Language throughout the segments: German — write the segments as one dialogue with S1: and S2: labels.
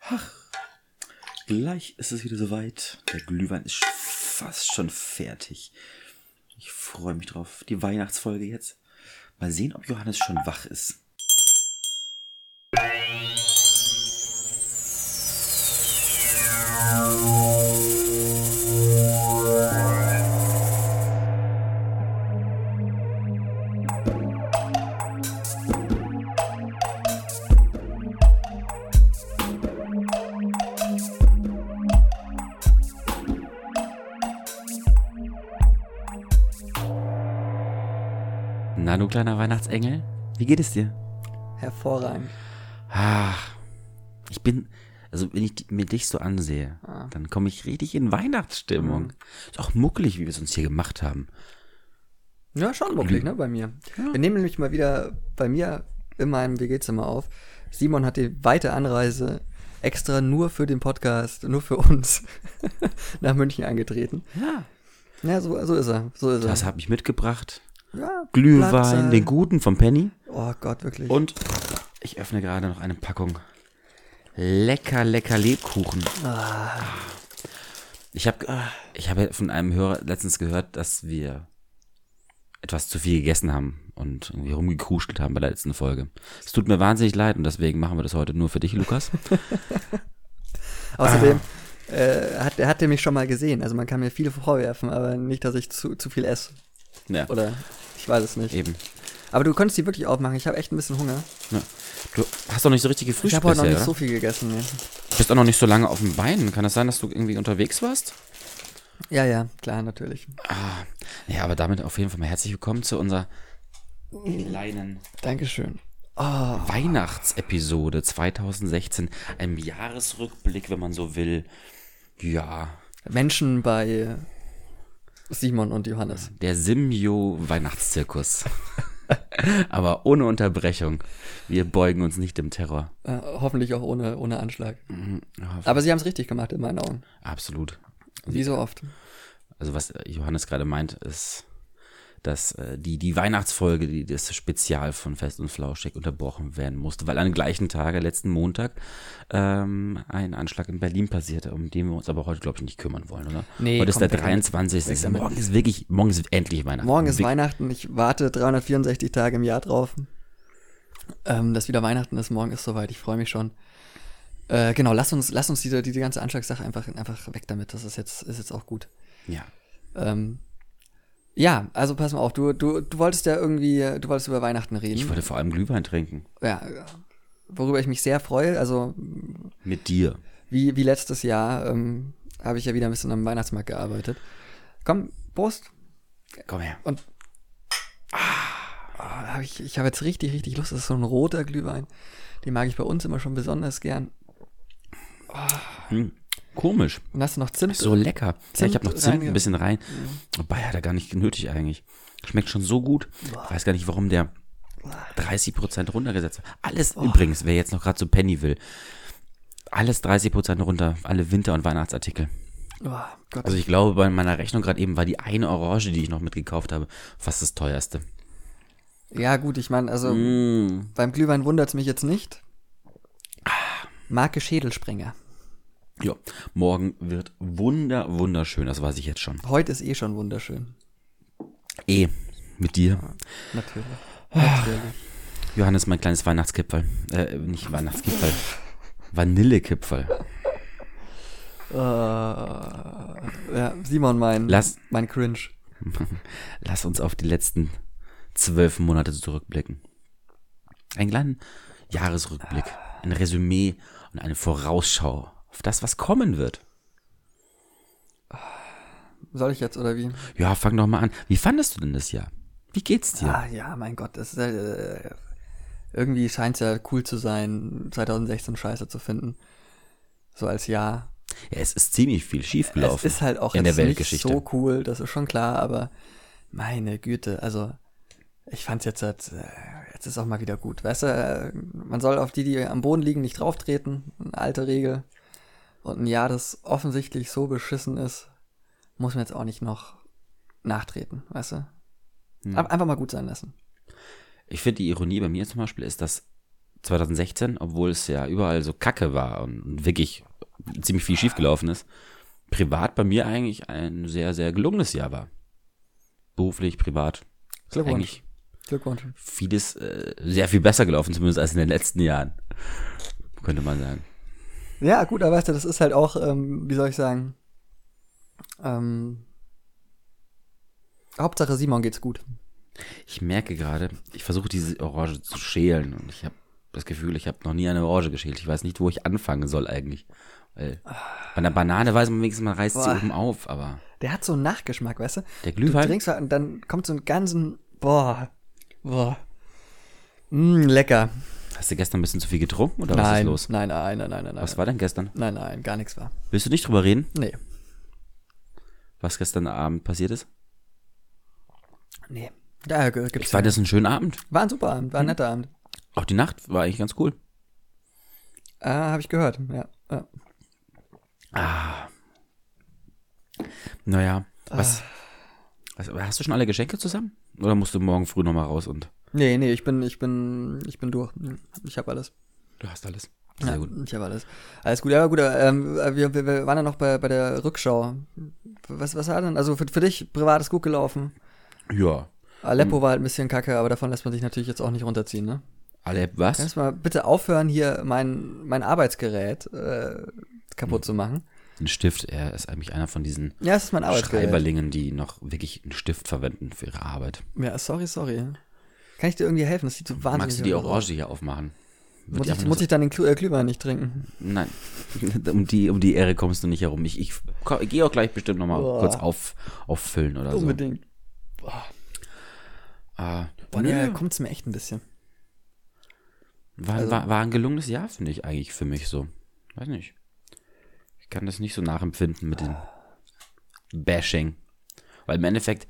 S1: Ach, gleich ist es wieder soweit. Der Glühwein ist fast schon fertig. Ich freue mich drauf. Die Weihnachtsfolge jetzt. Mal sehen, ob Johannes schon wach ist. Na, du kleiner Weihnachtsengel, wie geht es dir?
S2: Hervorragend.
S1: Ach, ich bin, also wenn ich die- mir dich so ansehe,
S2: Ah.
S1: dann komme ich richtig in Weihnachtsstimmung. Ist auch muckelig, wie wir es uns hier gemacht haben.
S2: Ja, schon wirklich, ne, bei mir. Wir nehmen nämlich mal wieder bei mir in meinem WG-Zimmer auf. Simon hat die weite Anreise extra nur für den Podcast, nur für uns nach München angetreten.
S1: Ja.
S2: Ja, so, so ist er, so ist
S1: Das
S2: er.
S1: habe ich mitgebracht.
S2: Ja,
S1: Glühwein,
S2: Platze.
S1: den guten vom Penny.
S2: Oh Gott, wirklich.
S1: Und ich öffne gerade noch eine Packung. Lecker, lecker Lebkuchen. Ich habe ich hab von einem Hörer letztens gehört, dass wir etwas zu viel gegessen haben und irgendwie rumgekruschelt haben bei der letzten Folge. Es tut mir wahnsinnig leid und deswegen machen wir das heute nur für dich, Lukas.
S2: Außerdem äh, hat, hat er mich schon mal gesehen. Also man kann mir viele vorwerfen, aber nicht, dass ich zu, zu viel esse.
S1: Ja,
S2: Oder ich weiß es nicht.
S1: eben.
S2: Aber du konntest die wirklich aufmachen. Ich habe echt ein bisschen Hunger.
S1: Ja. Du hast doch nicht so richtig
S2: Ich
S1: gefrühstückt
S2: habe heute noch
S1: bisher,
S2: nicht
S1: oder?
S2: so viel gegessen. Nee.
S1: Du bist auch noch nicht so lange auf dem Bein. Kann das sein, dass du irgendwie unterwegs warst?
S2: Ja, ja, klar, natürlich.
S1: Ja, aber damit auf jeden Fall mal herzlich willkommen zu unserer kleinen
S2: Dankeschön. Oh,
S1: Weihnachtsepisode 2016, einem Jahresrückblick, wenn man so will. Ja,
S2: Menschen bei Simon und Johannes.
S1: der Simio-Weihnachtszirkus. Aber ohne Unterbrechung. Wir beugen uns nicht dem Terror.
S2: Äh, hoffentlich auch ohne, ohne Anschlag.
S1: Mhm. Ja,
S2: Aber sie haben es richtig gemacht in meinen Augen.
S1: Absolut.
S2: Wie so oft.
S1: Also was Johannes gerade meint, ist, dass äh, die, die Weihnachtsfolge, die, das Spezial von Fest und Flauschig unterbrochen werden musste, weil am gleichen Tage, letzten Montag, ähm, ein Anschlag in Berlin passierte, um den wir uns aber heute, glaube ich, nicht kümmern wollen, oder?
S2: Nee,
S1: heute ist
S2: komm,
S1: der
S2: weg damit.
S1: 23.
S2: Weg damit.
S1: morgen ist wirklich, morgen ist endlich Weihnachten.
S2: Morgen ist
S1: Wie-
S2: Weihnachten. Ich warte 364 Tage im Jahr drauf, ähm, dass wieder Weihnachten ist. Morgen ist soweit. Ich freue mich schon. Äh, genau, lass uns, lass uns diese, diese ganze Anschlagssache einfach, einfach weg damit. Das ist jetzt, ist jetzt auch gut.
S1: Ja.
S2: Ähm, ja, also pass mal auf. Du, du, du wolltest ja irgendwie, du wolltest über Weihnachten reden.
S1: Ich wollte vor allem Glühwein trinken.
S2: ja, worüber ich mich sehr freue. Also
S1: Mit dir.
S2: wie, wie letztes Jahr ähm, habe ich ja wieder ein bisschen am Weihnachtsmarkt gearbeitet. Komm, Prost.
S1: Komm her.
S2: Und ah, ah, hab ich, ich habe jetzt richtig, richtig Lust. Das ist so ein roter Glühwein. Den mag ich bei uns immer schon besonders gern.
S1: Hm. Komisch.
S2: Und hast du noch Zimt?
S1: So lecker. ja, Mhm. ich
S2: Zimt
S1: habe noch Zimt
S2: reinge-
S1: ein bisschen rein. Wobei hat er gar nicht nötig eigentlich. Schmeckt schon so gut. Ich weiß gar nicht, warum der 30% runtergesetzt wird. Alles übrigens, wer jetzt noch gerade zu Penny will. Alles 30% runter, alle Winter- und Weihnachtsartikel.
S2: Oh, Gott.
S1: Also ich glaube, bei meiner Rechnung gerade eben war die eine Orange, die ich noch mitgekauft habe, fast das teuerste.
S2: ja, gut, ich meine, also beim Glühwein wundert es mich jetzt nicht. Marke Schädelsprenger.
S1: Ja, morgen wird wunder, wunderschön, das weiß ich jetzt schon.
S2: Heute ist eh schon wunderschön.
S1: Eh, mit dir.
S2: Natürlich. Natürlich.
S1: Johannes, mein kleines Weihnachtskipferl. Äh, nicht Weihnachtskipferl. Vanillekipferl.
S2: Äh, ja, Simon, mein,
S1: Lass-
S2: mein Cringe.
S1: Lass uns auf die letzten zwölf Monate zurückblicken. Einen kleinen Jahresrückblick, ein Resümee und eine Vorausschau auf das, was kommen wird.
S2: Soll ich jetzt oder wie?
S1: Ja, fang doch mal an. Wie fandest du denn das Jahr? Wie geht's dir?
S2: Ah ja, mein Gott, das ist, äh, irgendwie scheint es ja cool zu sein, 2016 scheiße zu finden. So als Jahr.
S1: Ja, es ist ziemlich viel
S2: Es
S1: schiefgelaufen.
S2: ist halt auch
S1: in der
S2: jetzt nicht
S1: Weltgeschichte.
S2: so cool, das ist schon klar, aber meine Güte, also ich fand's jetzt halt, äh, jetzt ist auch mal wieder gut. Weißt du, äh, man soll auf die, die am Boden liegen, nicht drauftreten. Eine alte Regel. Und ein Jahr, das offensichtlich so beschissen ist, muss man jetzt auch nicht noch nachtreten, weißt du? Ein- Einfach mal gut sein lassen.
S1: Ich finde, die Ironie bei mir zum Beispiel ist, dass 2016, obwohl es ja überall so kacke war und, und wirklich ziemlich viel schiefgelaufen ist, privat bei mir eigentlich ein sehr, sehr gelungenes Jahr war. Beruflich, privat.
S2: Glückwunsch.
S1: Eigentlich
S2: Glückwunsch.
S1: vieles äh, sehr viel besser gelaufen, zumindest als in den letzten Jahren. Könnte man sagen.
S2: Ja, gut, aber weißt du, das ist halt auch, ähm, wie soll ich sagen, ähm, Hauptsache Simon geht's gut.
S1: Ich merke gerade, ich versuche diese Orange zu schälen und ich habe das Gefühl, ich habe noch nie eine Orange geschält. Ich weiß nicht, wo ich anfangen soll eigentlich. Weil bei einer Banane weiß man wenigstens, man reißt sie
S2: Boah.
S1: oben auf, aber
S2: Der hat so einen Nachgeschmack, weißt du?
S1: der
S2: Du
S1: Glühwein,
S2: trinkst halt und dann kommt so ein ganzen, boah, boah. Mm, lecker.
S1: hast du gestern ein bisschen zu viel getrunken oder was ist
S2: nein,
S1: los?
S2: nein, nein, nein, nein, nein.
S1: Was war denn gestern?
S2: Nein, nein, gar nichts war.
S1: Willst du nicht drüber reden,
S2: Nee,
S1: was gestern Abend passiert ist?
S2: nee. Da g- gibt's
S1: Ich Hm? fand das einen schönen Abend.
S2: War ein super Abend, war ein netter Abend.
S1: Auch die Nacht war eigentlich ganz cool.
S2: Ah, habe ich gehört, ja. ja.
S1: Naja,
S2: Ah.
S1: was, was, hast du schon alle Geschenke zusammen? Oder musst du morgen früh nochmal raus und
S2: Nee, nee, ich bin, ich bin, ich bin durch. Ich habe alles.
S1: du hast alles?
S2: Ja,
S1: Sehr gut.
S2: Ich habe alles. Alles gut, ja, aber gut. Ähm, wir, wir, wir waren ja noch bei, bei der Rückschau. Was, was war denn? Also für, für dich privat ist gut gelaufen.
S1: Ja.
S2: Aleppo war halt ein bisschen kacke, aber davon lässt man sich natürlich jetzt auch nicht runterziehen, ne?
S1: Alle, was?
S2: Kannst du mal bitte aufhören, hier mein, mein Arbeitsgerät äh, kaputt zu machen?
S1: Ein Stift, er ist eigentlich einer von diesen
S2: Ja, es ist mein Arbeitsgerät.
S1: Schreiberlingen, die noch wirklich einen Stift verwenden für ihre Arbeit.
S2: Ja, sorry, sorry. Kann ich dir irgendwie helfen? Das sieht so wahnsinnig
S1: Magst du die
S2: aus.
S1: Orange hier aufmachen? Wird
S2: Muss
S1: die
S2: ich,
S1: einfach
S2: muss
S1: nur
S2: ich dann den Glüh- äh, Glühwein nicht trinken?
S1: so- Nein, um die, um die Ehre kommst du nicht herum. Ich, ich, ko- gehe auch gleich bestimmt nochmal
S2: Boah.
S1: kurz auf, auffüllen oder so.
S2: Unbedingt.
S1: Ah,
S2: Boah,
S1: nö,
S2: nee, da kommt's mir echt ein bisschen.
S1: war,
S2: Also
S1: war, war ein gelungenes Jahr, finde ich eigentlich für mich so. Weiß nicht. Ich kann das nicht so nachempfinden mit dem Bashing. Weil im Endeffekt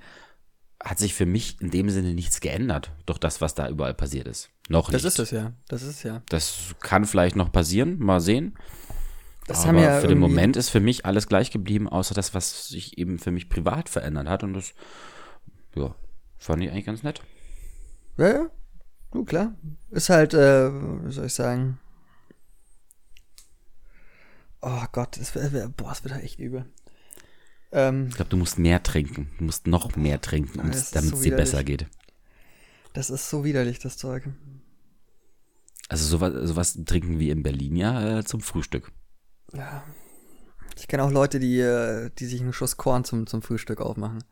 S1: hat sich für mich in dem Sinne nichts geändert durch das, was da überall passiert ist. Noch
S2: Das
S1: nicht.
S2: ist es ja. Das ist es ja.
S1: Das kann vielleicht noch passieren, mal sehen.
S2: Das
S1: Aber
S2: haben ja
S1: für den
S2: irgendwie-
S1: Moment ist für mich alles gleich geblieben, außer das, was sich eben für mich privat verändert hat. Und das, ja, fand ich eigentlich ganz nett.
S2: Ja, ja. Du, klar. Ist halt, äh, wie soll ich sagen? Oh Gott, es wär, wär, boah, es wird halt echt übel. Ähm,
S1: Ich glaube, du musst mehr trinken. Du musst noch mehr trinken,
S2: das ist
S1: um's- damit
S2: so
S1: es dir besser geht.
S2: das ist so widerlich, das Zeug.
S1: Also sowas, sowas trinken wir in Berlin ja äh, zum Frühstück.
S2: Ja. Ich kenne auch Leute, die, äh, die sich einen Schuss Korn zum, zum Frühstück aufmachen.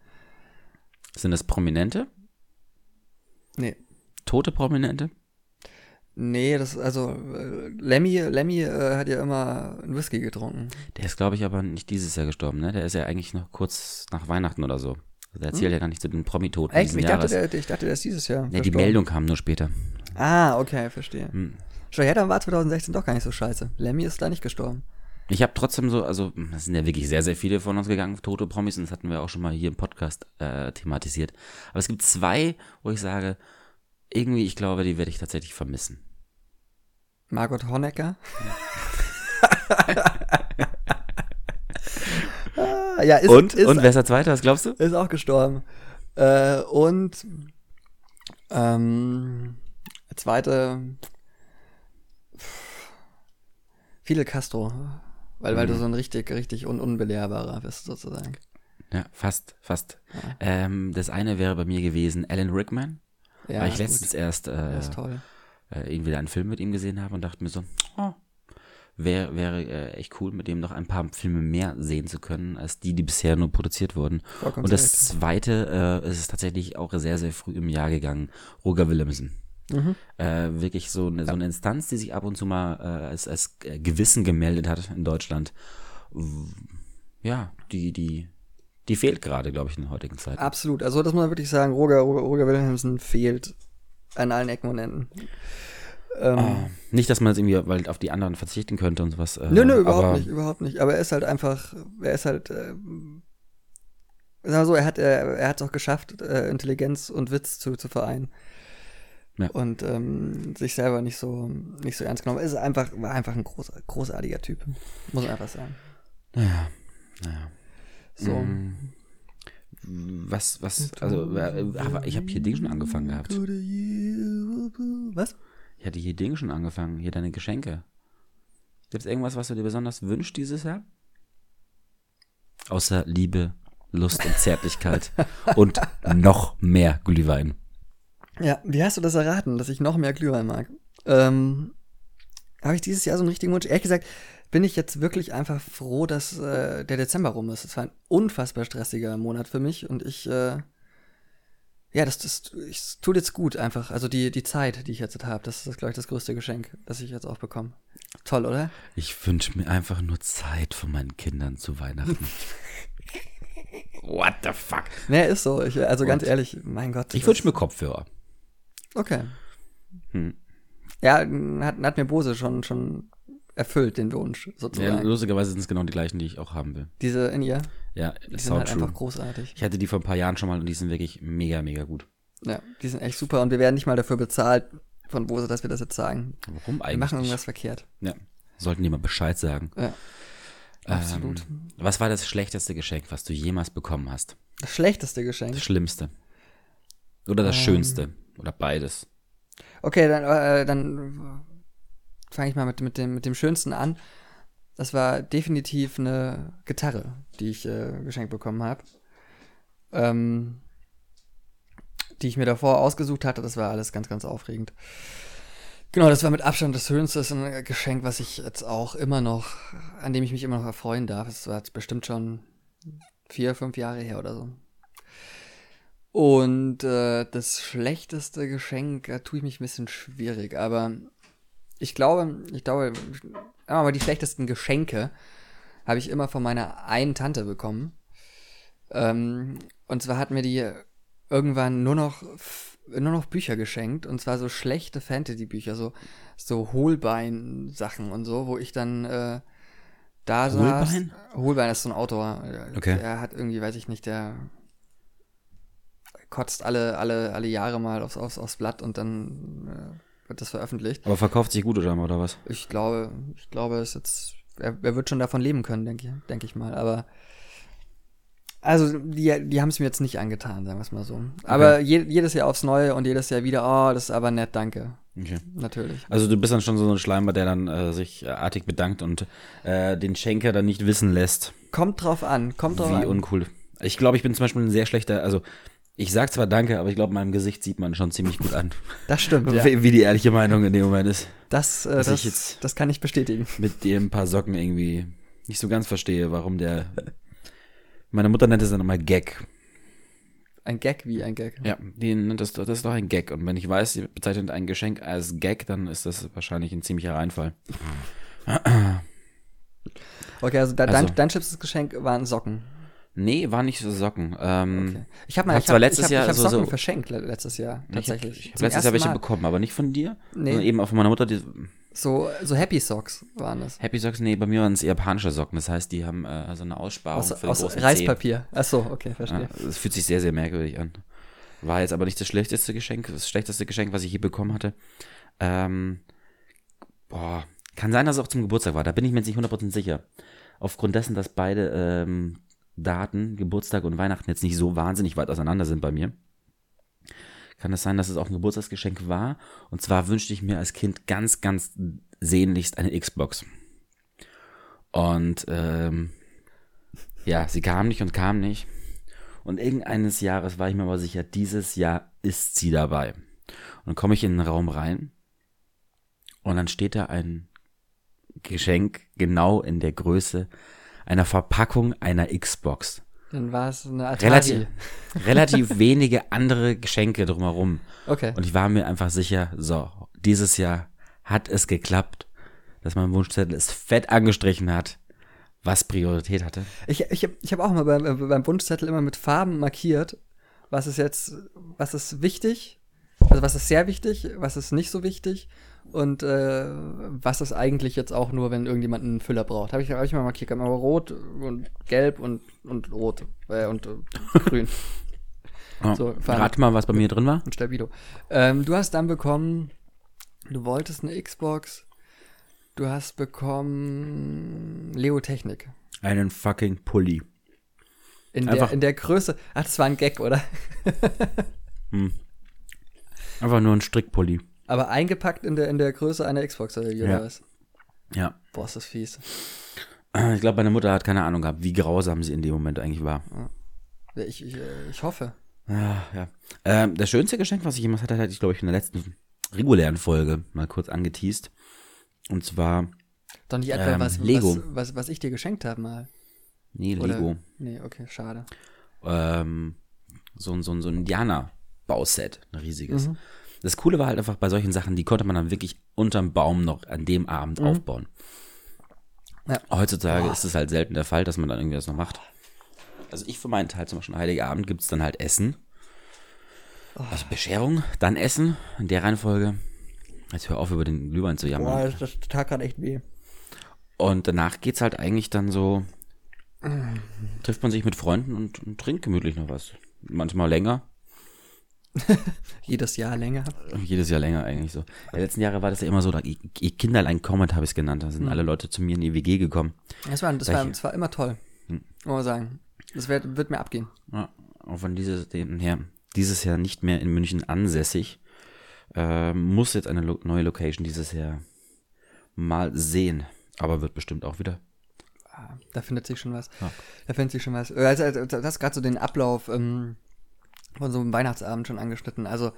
S1: Sind das Prominente?
S2: Nee.
S1: Tote Prominente?
S2: Nee, das, also, äh, Lemmy, Lemmy äh, hat ja immer einen Whisky getrunken.
S1: Der ist, glaube ich, aber nicht dieses Jahr gestorben, ne? Der ist ja eigentlich noch kurz nach Weihnachten oder so. Also der zählt ja dann nicht zu den Promi-Toten
S2: Hm. Echt?
S1: dieses
S2: Ich dachte,
S1: Jahres.
S2: der, ich dachte, der ist dieses Jahr.
S1: ja, die
S2: verstorben.
S1: Meldung kam nur später.
S2: Ah, okay, verstehe.
S1: Hm.
S2: Schau her, dann war 2016 doch gar nicht so scheiße. Lemmy ist da nicht gestorben.
S1: Ich habe trotzdem so, also es sind ja wirklich sehr, sehr viele von uns gegangen, tote Promis, und das hatten wir auch schon mal hier im Podcast äh, thematisiert. Aber es gibt zwei, wo ich sage, irgendwie, ich glaube, die werde ich tatsächlich vermissen.
S2: Margot Honecker. Ah, ja, ist,
S1: und,
S2: ist,
S1: und wer ist der Zweite, was glaubst du?
S2: ist auch gestorben. Äh, und ähm, zweite pff, Fidel Castro. Weil, weil du
S1: Mhm.
S2: so ein richtig, richtig un unbelehrbarer bist, sozusagen.
S1: Ja, fast, fast. Ähm, das eine wäre bei mir gewesen Alan Rickman,
S2: Ja,
S1: weil ich
S2: gut,
S1: letztens erst
S2: das
S1: äh,
S2: ist toll.
S1: äh, ihn wieder einen Film mit ihm gesehen habe und dachte mir so,
S2: Ah.
S1: oh, wär, wäre äh, echt cool, mit dem noch ein paar Filme mehr sehen zu können, als die, die bisher nur produziert wurden.
S2: Vollkommen
S1: und das
S2: zu
S1: zweite äh, ist tatsächlich auch sehr, sehr früh im Jahr gegangen, Roger Willemsen.
S2: Mhm.
S1: Äh, wirklich so eine, so eine Instanz, die sich ab und zu mal äh, als, als äh, Gewissen gemeldet hat in Deutschland. W- Ja, die, die, die fehlt gerade, glaube ich, in der heutigen Zeit.
S2: Absolut. Also das muss man wirklich sagen, Roger, Roger, Roger Wilhelmsen fehlt an allen Ecken und Enden. Ähm,
S1: Ah. Nicht, dass man jetzt irgendwie weil auf die anderen verzichten könnte und sowas. Äh,
S2: Nö, nö, überhaupt
S1: aber-
S2: nicht, überhaupt nicht. Aber er ist halt einfach, er ist halt, äh, sagen wir so, er hat er, er hat es auch geschafft, äh, Intelligenz und Witz zu, zu vereinen.
S1: Ja.
S2: Und ähm, sich selber nicht so, nicht so ernst genommen. Ist einfach, war einfach ein groß, großartiger Typ. Muss man einfach sagen.
S1: Naja, naja.
S2: So.
S1: Mm. Was, Hm. was, also, äh, aber ich habe hier Ding schon angefangen gehabt.
S2: Was?
S1: Ich hatte hier Dinge schon angefangen, hier deine Geschenke. Gibt es irgendwas, was du dir besonders wünschst dieses Jahr? Außer Liebe, Lust und Zärtlichkeit und noch mehr Glühwein.
S2: Ja, wie hast du das erraten, dass ich noch mehr Glühwein mag? Ähm, habe ich dieses Jahr so einen richtigen Wunsch? Ehrlich gesagt, bin ich jetzt wirklich einfach froh, dass äh, der Dezember rum ist. Es war ein unfassbar stressiger Monat für mich und ich, äh, ja, das, das ich, es tut jetzt gut einfach. Also die, die Zeit, die ich jetzt habe, das ist, glaube ich, das größte Geschenk, das ich jetzt auch bekomme. Toll, oder?
S1: Ich wünsche mir einfach nur Zeit von meinen Kindern zu Weihnachten. What the fuck?
S2: Nee, ist so. Ich, also ganz
S1: Und-
S2: ehrlich, mein Gott.
S1: Ich
S2: das-
S1: wünsche mir Kopfhörer.
S2: Okay.
S1: Hm.
S2: Ja, n- hat, hat mir Bose schon, schon erfüllt, den Wunsch,
S1: Ja,
S2: sozusagen.
S1: lustigerweise sind es genau die gleichen, die ich auch haben will.
S2: Diese in ihr,
S1: Ja,
S2: die sind
S1: so
S2: halt
S1: true.
S2: einfach großartig.
S1: Ich hatte die vor ein paar Jahren schon mal und die sind wirklich mega, mega gut.
S2: Ja, die sind echt super und wir werden nicht mal dafür bezahlt von Bose, dass wir das jetzt sagen.
S1: Warum
S2: Wir
S1: eigentlich?
S2: machen
S1: nicht?
S2: irgendwas verkehrt.
S1: Ja. Sollten die mal Bescheid sagen.
S2: Ja, absolut.
S1: Ähm, was war das schlechteste Geschenk, was du jemals bekommen hast?
S2: Das schlechteste
S1: Das
S2: Geschenk.
S1: Schlimmste. Oder das
S2: Ähm.
S1: Schönste. Oder beides.
S2: Okay, dann, äh, dann fange ich mal mit, mit, dem, mit dem Schönsten an. Das war definitiv eine Gitarre, die ich äh, geschenkt bekommen habe. Ähm, die ich mir davor ausgesucht hatte, das war alles ganz, ganz aufregend. Genau, das war mit Abstand das Schönste, das ist ein Geschenk, was ich jetzt auch immer noch, an dem ich mich immer noch erfreuen darf. Es war jetzt bestimmt schon vier, fünf Jahre her oder so. Und äh, das schlechteste Geschenk, da tue ich mich ein bisschen schwierig, aber ich glaube, ich glaube, aber die schlechtesten Geschenke habe ich immer von meiner einen Tante bekommen. Ähm, und zwar hat mir die irgendwann nur noch f- nur noch Bücher geschenkt und zwar so schlechte Fantasy-Bücher, so so Hohlbein-Sachen und so, wo ich dann äh, da saß.
S1: Hohlbein?
S2: Hohlbein ist so ein Autor.
S1: Okay.
S2: Der hat irgendwie, weiß ich nicht, der kotzt alle, alle, alle Jahre mal aufs, aufs, aufs Blatt und dann äh, wird das veröffentlicht.
S1: Aber verkauft sich gut oder, oder was?
S2: Ich glaube, ich glaube, es ist jetzt, er, er wird schon davon leben können, denke ich, denke ich mal. Aber also die, die haben es mir jetzt nicht angetan, sagen wir es mal so. Aber je, jedes Jahr aufs Neue und jedes Jahr wieder, oh, das ist aber nett, danke.
S1: Okay.
S2: Natürlich.
S1: Also du bist dann schon so ein Schleimer, der dann äh, sich äh, artig bedankt und äh, den Schenker dann nicht wissen lässt.
S2: Kommt drauf an, kommt drauf
S1: Wie
S2: an.
S1: uncool. Ich glaube, ich bin zum Beispiel ein sehr schlechter, also ich sag zwar danke, aber ich glaube, meinem Gesicht sieht man schon ziemlich gut an,
S2: Das stimmt, ja.
S1: wie, wie die ehrliche Meinung in dem Moment ist.
S2: Das, äh,
S1: Dass
S2: das,
S1: ich jetzt-
S2: das kann ich bestätigen.
S1: Mit dem paar Socken irgendwie nicht so ganz verstehe, warum der. Meine Mutter nennt es dann immer Gag.
S2: Ein Gag wie ein Gag.
S1: Ja, die nennt das, das ist doch ein Gag. Und wenn ich weiß, sie bezeichnet ein Geschenk als Gag, dann ist das wahrscheinlich ein ziemlicher Reinfall.
S2: Okay, also, da, dein,
S1: Also.
S2: dein schlimmstes Geschenk waren Socken.
S1: Nee, war nicht so Socken. Ähm,
S2: Okay. Ich habe mal,
S1: Hab
S2: ich
S1: zwar
S2: habe
S1: letztes
S2: ich hab,
S1: Jahr
S2: ich hab
S1: so-
S2: Socken
S1: so-
S2: verschenkt le- letztes Jahr tatsächlich.
S1: Ich habe
S2: Zum
S1: letztes Jahr
S2: ersten
S1: welche
S2: Mal.
S1: bekommen, aber nicht von dir,
S2: Nee.
S1: sondern eben auch von meiner Mutter. Die,
S2: So, so Happy Socks waren das.
S1: Happy Socks, nee, bei mir waren es japanische Socken. Das heißt, die haben äh, so eine Aussparung
S2: Aus,
S1: für die
S2: aus
S1: großen Zehen.
S2: Reispapier. Ach so, okay,
S1: Ja,
S2: verstehe.
S1: das fühlt sich sehr, sehr merkwürdig an. War jetzt aber nicht das schlechteste Geschenk, das schlechteste Geschenk, was ich je bekommen hatte. Ähm, boah, kann sein, dass es auch zum Geburtstag war. Da bin ich mir jetzt nicht 100% sicher. Aufgrund dessen, dass beide ähm, Daten, Geburtstag und Weihnachten, jetzt nicht so wahnsinnig weit auseinander sind bei mir. Kann es sein, dass es auch ein Geburtstagsgeschenk war? Und zwar wünschte ich mir als Kind ganz, ganz sehnlichst eine Xbox. Und ähm, ja, sie kam nicht und kam nicht. Und irgendeines Jahres war ich mir aber sicher, dieses Jahr ist sie dabei. Und dann komme ich in den Raum rein und dann steht da ein Geschenk genau in der Größe einer Verpackung einer Xbox.
S2: Dann war es eine Atari.
S1: Relativ, relativ wenige andere Geschenke drumherum.
S2: Okay.
S1: Und ich war mir einfach sicher, so, dieses Jahr hat es geklappt, dass mein Wunschzettel es fett angestrichen hat, was Priorität hatte.
S2: Ich, ich habe ich hab auch mal beim, äh, beim Wunschzettel immer mit Farben markiert, was ist jetzt, was ist wichtig, also was ist sehr wichtig, was ist nicht so wichtig und äh, was ist eigentlich jetzt auch nur, wenn irgendjemand einen Füller braucht. Habe ich, hab ich mal markiert, aber rot und gelb und, und rot äh, und äh, grün. So,
S1: So, Rat mal, was bei mir drin war.
S2: und Stabido. Ähm, du hast dann bekommen, du wolltest eine Xbox, du hast bekommen Leo Technik.
S1: Einen fucking Pulli.
S2: In der,
S1: Einfach-
S2: in der Größe. Ach, das war ein Gag, oder?
S1: Einfach nur ein Strickpulli.
S2: Aber eingepackt in der, in der Größe einer Xbox oder wie
S1: Ja.
S2: oder was?
S1: Ja.
S2: Boah, ist das fies.
S1: Ich glaube, meine Mutter hat keine Ahnung gehabt, wie grausam sie in dem Moment eigentlich war.
S2: Ich, ich, äh, ich hoffe.
S1: Ah, ja. Ähm, das schönste Geschenk, was ich jemals hatte, hatte ich, glaube ich, in der letzten regulären Folge mal kurz angeteased. Und zwar,
S2: Doch nicht etwa
S1: Ähm,
S2: was,
S1: Lego.
S2: Was, was, was ich dir geschenkt habe mal.
S1: nee,
S2: Oder,
S1: Lego.
S2: Nee, okay, schade.
S1: Ähm, so, ein- so, ein- so ein Indianer-Bauset, ein riesiges.
S2: Mhm.
S1: Das Coole war halt einfach bei solchen Sachen, die konnte man dann wirklich unterm Baum noch an dem Abend aufbauen.
S2: Mhm. Ja.
S1: Heutzutage ist es halt selten der Fall, dass man dann irgendwie das noch macht. Also ich für meinen Teil zum Beispiel Heiligabend gibt es dann halt Essen.
S2: Oh.
S1: Also Bescherung, dann Essen, in der Reihenfolge. Jetzt hör auf, über den Glühwein zu jammern.
S2: das, das tat gerade echt weh.
S1: Und danach geht's halt eigentlich dann so,
S2: Mhm.
S1: trifft man sich mit Freunden und, und trinkt gemütlich noch was. Manchmal länger,
S2: Jedes Jahr länger.
S1: jedes Jahr länger eigentlich so. Die letzten Jahre war das ja immer so, da, ihr ihr Kinderlein kommt, habe ich es genannt. Da sind alle Leute zu mir in die WG gekommen.
S2: Das war, das
S1: Welche? Hm.
S2: war, das war immer toll. Muss man sagen. Das wird, wird mir abgehen.
S1: Ja, auch von dieses, dem her, dieses Jahr nicht mehr in München ansässig. Ähm, muss jetzt eine lo neue Location dieses Jahr mal sehen. Aber wird bestimmt auch wieder.
S2: Ah, Da findet sich schon was.
S1: Ja.
S2: Da findet sich schon was. Äh, Also, also, das ist gerade so den Ablauf ähm, von so einem Weihnachtsabend schon angeschnitten. Also,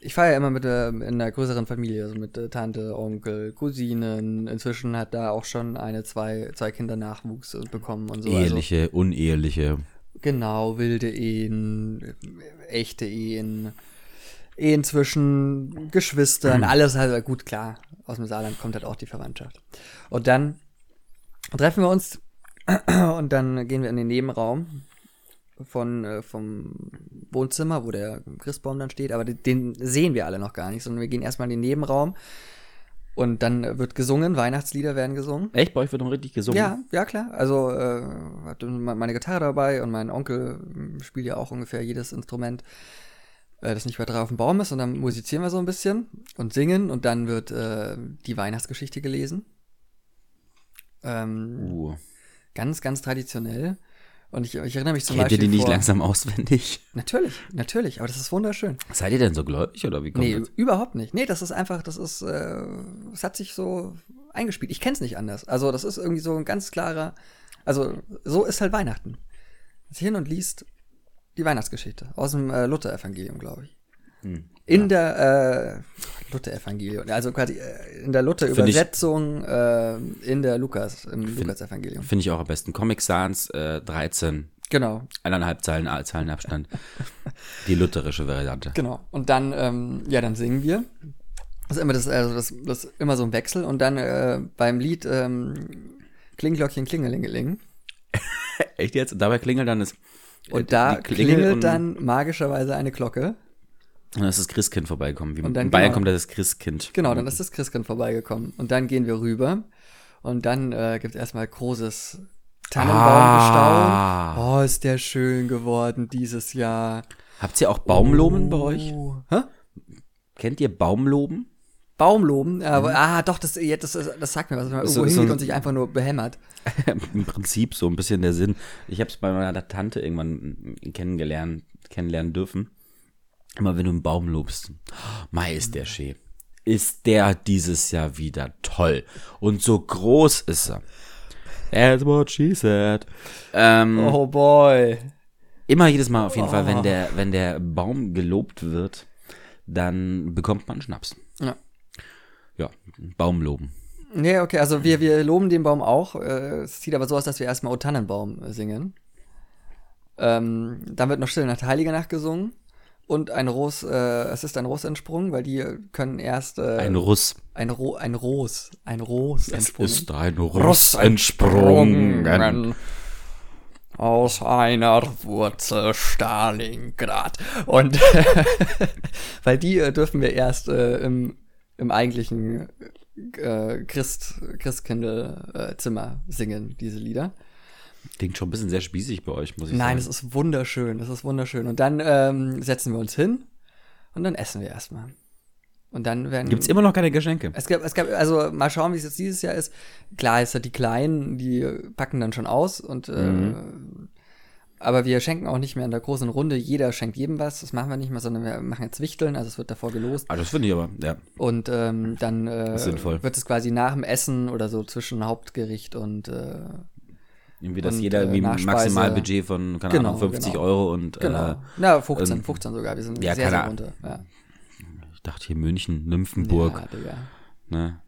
S2: ich feiere ja immer mit äh, in einer größeren Familie, also mit äh, Tante, Onkel, Cousinen. Inzwischen hat da auch schon eine, zwei, zwei Kinder Nachwuchs äh, bekommen und so. Also,
S1: Eheliche, uneheliche.
S2: Genau, wilde Ehen, äh, echte Ehen, Ehen zwischen Geschwistern, alles halt gut klar. Aus dem Saarland kommt halt auch die Verwandtschaft. Und dann treffen wir uns und dann gehen wir in den Nebenraum von, äh, vom Wohnzimmer, wo der Christbaum dann steht, aber den- den sehen wir alle noch gar nicht, sondern wir gehen erstmal in den Nebenraum und dann äh, wird gesungen, Weihnachtslieder werden gesungen.
S1: Echt, bei euch wird noch richtig gesungen?
S2: Ja, ja, klar. Also äh, hatte me- meine Gitarre dabei und mein Onkel mm, spielt ja auch ungefähr jedes Instrument, äh, das nicht weiter auf dem Baum ist. Und dann musizieren wir so ein bisschen und singen und dann wird äh, die Weihnachtsgeschichte gelesen. Ähm,
S1: Uh.
S2: Ganz, ganz traditionell. Und ich, ich erinnere mich zum
S1: Kennt ihr
S2: Beispiel.
S1: die nicht
S2: vor,
S1: langsam auswendig?
S2: Natürlich, natürlich, aber das ist wunderschön.
S1: Seid ihr denn so gläubig oder wie kommt
S2: Nee,
S1: das?
S2: überhaupt nicht. Nee, das ist einfach, das ist, äh, es hat sich so eingespielt. Ich kenn's nicht anders. Also, das ist irgendwie so ein ganz klarer, also, so ist halt Weihnachten. Sitzt hin und liest die Weihnachtsgeschichte aus dem äh, Luther-Evangelium, glaube ich. In der äh, Luther-Evangelium, also quasi äh, in der
S1: Find ich-
S2: Luther-Übersetzung äh, in der Lukas, im Lukas-Evangelium.
S1: Finde ich auch am besten. Comic Sans äh, 13,
S2: Genau,
S1: eineinhalb Zeilen, ah, Zeilen Abstand. Die lutherische Variante.
S2: Genau. Und dann, ähm, ja, dann singen wir. Das ist immer, das, also das, das ist immer so ein Wechsel. Und dann äh, beim Lied ähm, Klingglöckchen, Klingelingeling.
S1: Echt jetzt? Und dabei klingelt dann das.
S2: Und da
S1: Äh, die Klingel
S2: klingelt
S1: und-
S2: dann magischerweise eine Glocke.
S1: Und dann ist das Christkind vorbeigekommen. Wie
S2: Und dann
S1: in Bayern
S2: genau.
S1: kommt da das Christkind.
S2: Genau, dann ist das Christkind vorbeigekommen. Und dann gehen wir rüber. Und dann äh, gibt es erstmal großes Tannenbaumgestaunen.
S1: Ah.
S2: Oh, ist der schön geworden dieses Jahr.
S1: Habt ihr auch Baumloben bei euch?
S2: Oh. Hä?
S1: Kennt ihr Baumloben?
S2: Baumloben, aber ah, doch, das, jetzt das, das sagt mir was, wenn man
S1: Ist Mhm. so-
S2: irgendwo
S1: ist so
S2: hingeht
S1: ein-
S2: und sich einfach nur behämmert.
S1: Im Prinzip so ein bisschen der Sinn. Ich habe es bei meiner Tante irgendwann kennengelernt, kennenlernen dürfen. Immer wenn du einen Baum lobst, Mai ist der schön. Ist der dieses Jahr wieder toll. Und so groß ist er. That's what she said. Ähm,
S2: Oh boy.
S1: Immer jedes Mal auf jeden Fall,
S2: Oh.
S1: wenn der, wenn der Baum gelobt wird, dann bekommt man Schnaps.
S2: Ja.
S1: Ja, Baum loben.
S2: Nee, okay, also
S1: Mhm.
S2: wir, wir loben den Baum auch. Äh, Es sieht aber so aus, dass wir erstmal O Tannenbaum äh, singen. Ähm, dann wird noch Stille Nacht, Heilige Nacht gesungen. Und ein Ros, äh, es ist ein Ros entsprungen, weil die können erst äh,
S1: Ein Russ.
S2: ein, Ro ein Ros, ein Ros
S1: Es
S2: entsprungen.
S1: ist ein Russ entsprungen.
S2: Aus einer Wurzel Stalingrad. Und weil die äh, dürfen wir erst äh, im, im eigentlichen äh, Christ, Christkindle-Zimmer singen, diese Lieder.
S1: Klingt schon ein bisschen sehr spießig bei euch, muss ich
S2: Nein, es
S1: sagen.
S2: ist wunderschön, es ist wunderschön. Und dann ähm, setzen wir uns hin und dann essen wir erstmal. Und dann werden
S1: Gibt es immer noch keine Geschenke?
S2: es gab, es gab, also mal schauen, wie es jetzt dieses Jahr
S1: Mhm.
S2: ist. Klar ist ja die Kleinen, die packen dann schon aus und äh, Aber wir schenken auch nicht mehr in der großen Runde. Jeder schenkt jedem was. Das machen wir nicht mehr, sondern wir machen jetzt Wichteln. Also es wird davor gelost.
S1: Ah, das finde ich aber, ja.
S2: Und ähm, dann äh,
S1: Ist sinnvoll.
S2: wird es quasi nach dem Essen oder so zwischen Hauptgericht und äh,
S1: Irgendwie, dass
S2: Und,
S1: jeder
S2: äh,
S1: irgendwie ein
S2: Nachspeise.
S1: Maximalbudget von, keine
S2: Genau,
S1: Ahnung, 50
S2: genau.
S1: Euro und
S2: genau.
S1: äh,
S2: Na, 15,
S1: ähm,
S2: 15 sogar. Wir sind
S1: ja,
S2: sehr, sehr
S1: keine
S2: runter. Ja.
S1: ich dachte hier München, Nymphenburg,
S2: Ja, Digga.
S1: ne?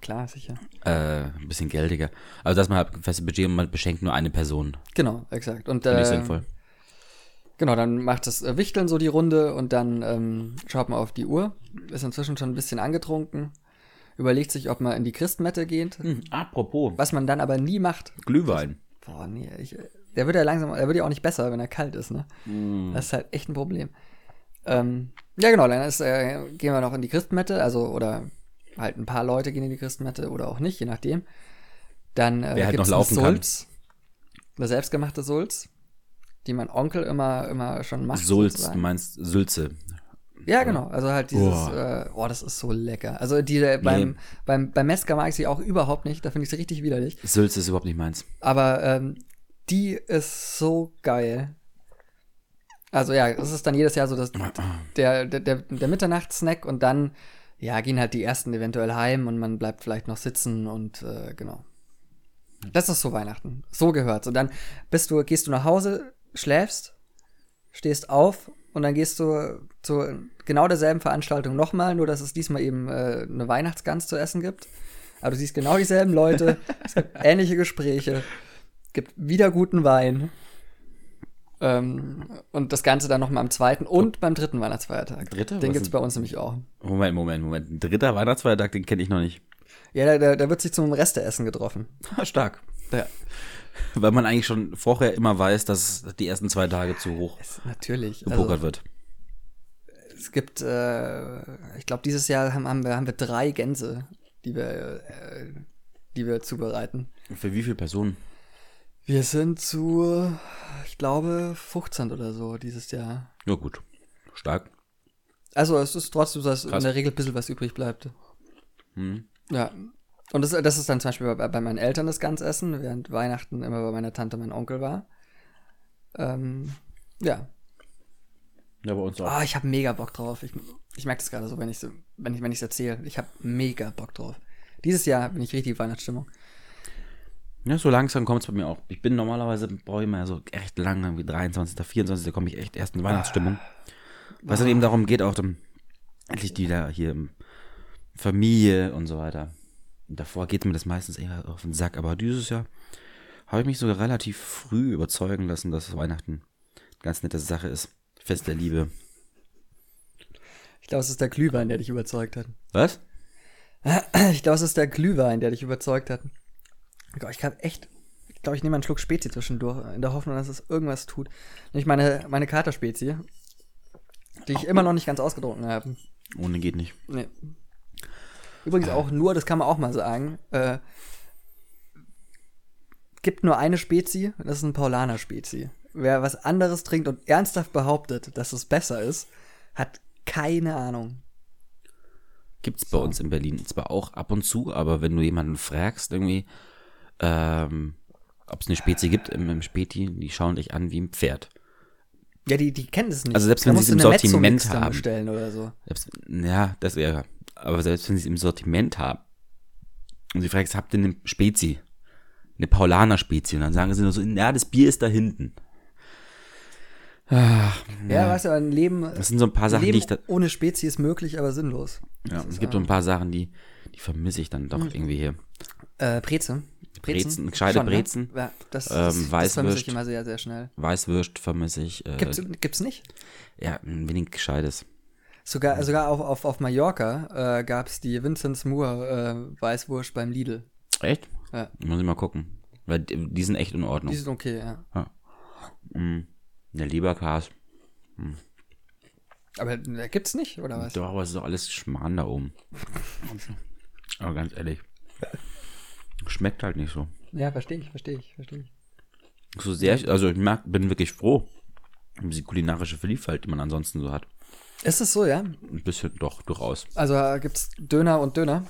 S2: Klar, sicher.
S1: Äh, ein bisschen geldiger. Also, dass man halt ein festes Budget und man beschenkt nur eine Person.
S2: Genau, exakt. Und
S1: Finde ich
S2: äh,
S1: sinnvoll.
S2: genau, dann macht das äh, Wichteln so die Runde und dann ähm, schaut man auf die Uhr. Ist inzwischen schon ein bisschen angetrunken. Überlegt sich, ob man in die Christmette geht.
S1: Hm. apropos,
S2: Was man dann aber nie macht.
S1: Glühwein.
S2: Boah, nee, ich, der wird ja langsam, er wird ja auch nicht besser, wenn er kalt ist, ne?
S1: Mhm.
S2: Das ist halt echt ein Problem. Ähm, ja, genau, dann ist, äh, gehen wir noch in die Christmette, also, oder halt ein paar Leute gehen in die Christmette oder auch nicht, je nachdem. Dann äh,
S1: Wer halt
S2: gibt's
S1: noch laufen
S2: eine
S1: kann.
S2: Sulz, eine selbstgemachte Sulz, die mein Onkel immer, immer schon macht.
S1: Sulz, du
S2: sozusagen.
S1: meinst Sülze.
S2: Ja, genau. Also halt dieses,
S1: Boah.
S2: äh, oh, das ist so lecker. Also die äh, beim,
S1: Nee.
S2: beim, beim Metzger mag ich sie auch überhaupt nicht, da finde ich sie richtig widerlich.
S1: Sülze ist überhaupt nicht meins.
S2: Aber ähm, die ist so geil. Also ja, es ist dann jedes Jahr so dass der, der, der, der Mitternachtssnack und dann ja, gehen halt die ersten eventuell heim und man bleibt vielleicht noch sitzen und äh, genau. Das ist so Weihnachten. So gehört's. Und dann bist du, gehst du nach Hause, schläfst, stehst auf und dann gehst du zu genau derselben Veranstaltung nochmal, nur dass es diesmal eben äh, eine Weihnachtsgans zu essen gibt. Aber du siehst genau dieselben Leute, es gibt ähnliche Gespräche, gibt wieder guten Wein. Ähm, und das Ganze dann nochmal am zweiten und beim dritten Weihnachtsfeiertag.
S1: Dritter?
S2: Den
S1: Was
S2: gibt's
S1: ist-
S2: bei uns nämlich auch.
S1: Moment, Moment, Moment. Ein dritter Weihnachtsfeiertag, den kenne ich noch nicht.
S2: Ja, da- da, da wird sich zum Resteessen getroffen.
S1: Ah, Stark.
S2: Ja,
S1: Weil man eigentlich schon vorher immer weiß, dass die ersten zwei Tage zu hoch
S2: es, natürlich.
S1: gepokert
S2: Also,
S1: wird.
S2: es gibt, äh, ich glaube, dieses Jahr haben, haben, wir, haben wir drei Gänse, die wir, äh, die wir zubereiten.
S1: Für wie viele Personen?
S2: Wir sind zu, ich glaube, 15 oder so dieses Jahr.
S1: Ja, gut. Stark.
S2: Also es ist trotzdem so, dass
S1: Krass.
S2: in der Regel ein bisschen was übrig bleibt.
S1: Hm.
S2: Ja. Und das, das ist dann zum Beispiel bei, bei meinen Eltern das Ganzessen, während Weihnachten immer bei meiner Tante mein Onkel war. Ähm, ja,
S1: Ja, bei uns
S2: Oh, ich habe mega Bock drauf. Ich, ich merke das gerade so, wenn ich so, wenn ich wenn ich's erzähle. Ich habe mega Bock drauf. Dieses Jahr bin ich richtig Weihnachtsstimmung.
S1: Ja, so langsam kommt es bei mir auch. Ich bin normalerweise, brauche ich immer so echt lange, irgendwie 23., 24., da komme ich echt erst in Weihnachtsstimmung. Was dann eben darum geht, auch dann endlich die da hier im Familie und so weiter. Und davor geht mir das meistens eher auf den Sack, aber dieses Jahr habe ich mich sogar relativ früh überzeugen lassen, dass Weihnachten eine ganz nette Sache ist. Fest der Liebe.
S2: Ich glaube, es ist der Glühwein, der dich überzeugt hat.
S1: Was?
S2: Ich glaube, es ist der Glühwein, der dich überzeugt hat. Gott, Ich habe echt, ich glaube, ich nehme einen Schluck Spezi zwischendurch, in der Hoffnung, dass es irgendwas tut. Nämlich meine, meine Katerspezi, die ich immer noch nicht ganz ausgetrunken habe.
S1: Ohne geht nicht.
S2: Nee. Übrigens auch nur, das kann man auch mal sagen, äh, gibt nur eine Spezi, das ist ein Paulaner-Spezi. Wer was anderes trinkt und ernsthaft behauptet, dass es besser ist, hat keine Ahnung.
S1: Gibt's bei uns in Berlin zwar auch ab und zu, aber wenn du jemanden fragst, irgendwie, ähm, ob es eine Spezi gibt im, im Späti, die schauen dich an wie ein Pferd.
S2: Ja, die, die kennen das nicht.
S1: Also selbst
S2: Da
S1: wenn
S2: musst
S1: sie es
S2: du
S1: im
S2: eine Mezzo-Mix
S1: Sortiment
S2: dann
S1: haben.
S2: bestellen oder so.
S1: Selbst, ja, das wäre. Aber selbst wenn sie es im Sortiment haben und sie fragst, habt ihr eine Spezi? Eine Paulaner-Spezi? Und dann sagen sie nur so, ja, das Bier ist da hinten.
S2: Ja, weißt du, aber ein Leben,
S1: Das sind so ein paar Sachen,
S2: Leben
S1: die ich da.
S2: ohne Spezi ist möglich, aber sinnlos.
S1: Ja, es gibt so ein paar Sachen, die, die vermisse ich dann doch
S2: Hm.
S1: irgendwie hier.
S2: Äh, Breze.
S1: Brezen, gescheite
S2: ne?
S1: Brezen.
S2: Ja, das,
S1: Ähm,
S2: das, das vermisse ich
S1: Weißwürst.
S2: immer sehr, sehr schnell.
S1: Weißwürst vermisse ich. Äh,
S2: Gibt's, gibt's nicht?
S1: ja, ein wenig Gescheites.
S2: Sogar, sogar auf, auf, auf Mallorca äh, gab es die Vincent's Moore äh, Weißwurst beim Lidl.
S1: Echt?
S2: Ja.
S1: Muss ich mal gucken. Weil die, die sind echt in Ordnung.
S2: Die sind okay, ja.
S1: Der Leberkas.
S2: Aber äh, gibt's nicht, oder was?
S1: Doch, aber es ist doch alles Schmarrn da oben. aber ganz ehrlich. Schmeckt halt nicht so.
S2: Ja, verstehe ich, verstehe ich, verstehe ich.
S1: So sehr, ich- also ich mag, bin wirklich froh um die kulinarische Vielfalt, die man ansonsten so hat.
S2: Ist es so, ja?
S1: Ein bisschen doch durchaus.
S2: Also äh, gibt's Döner und Döner.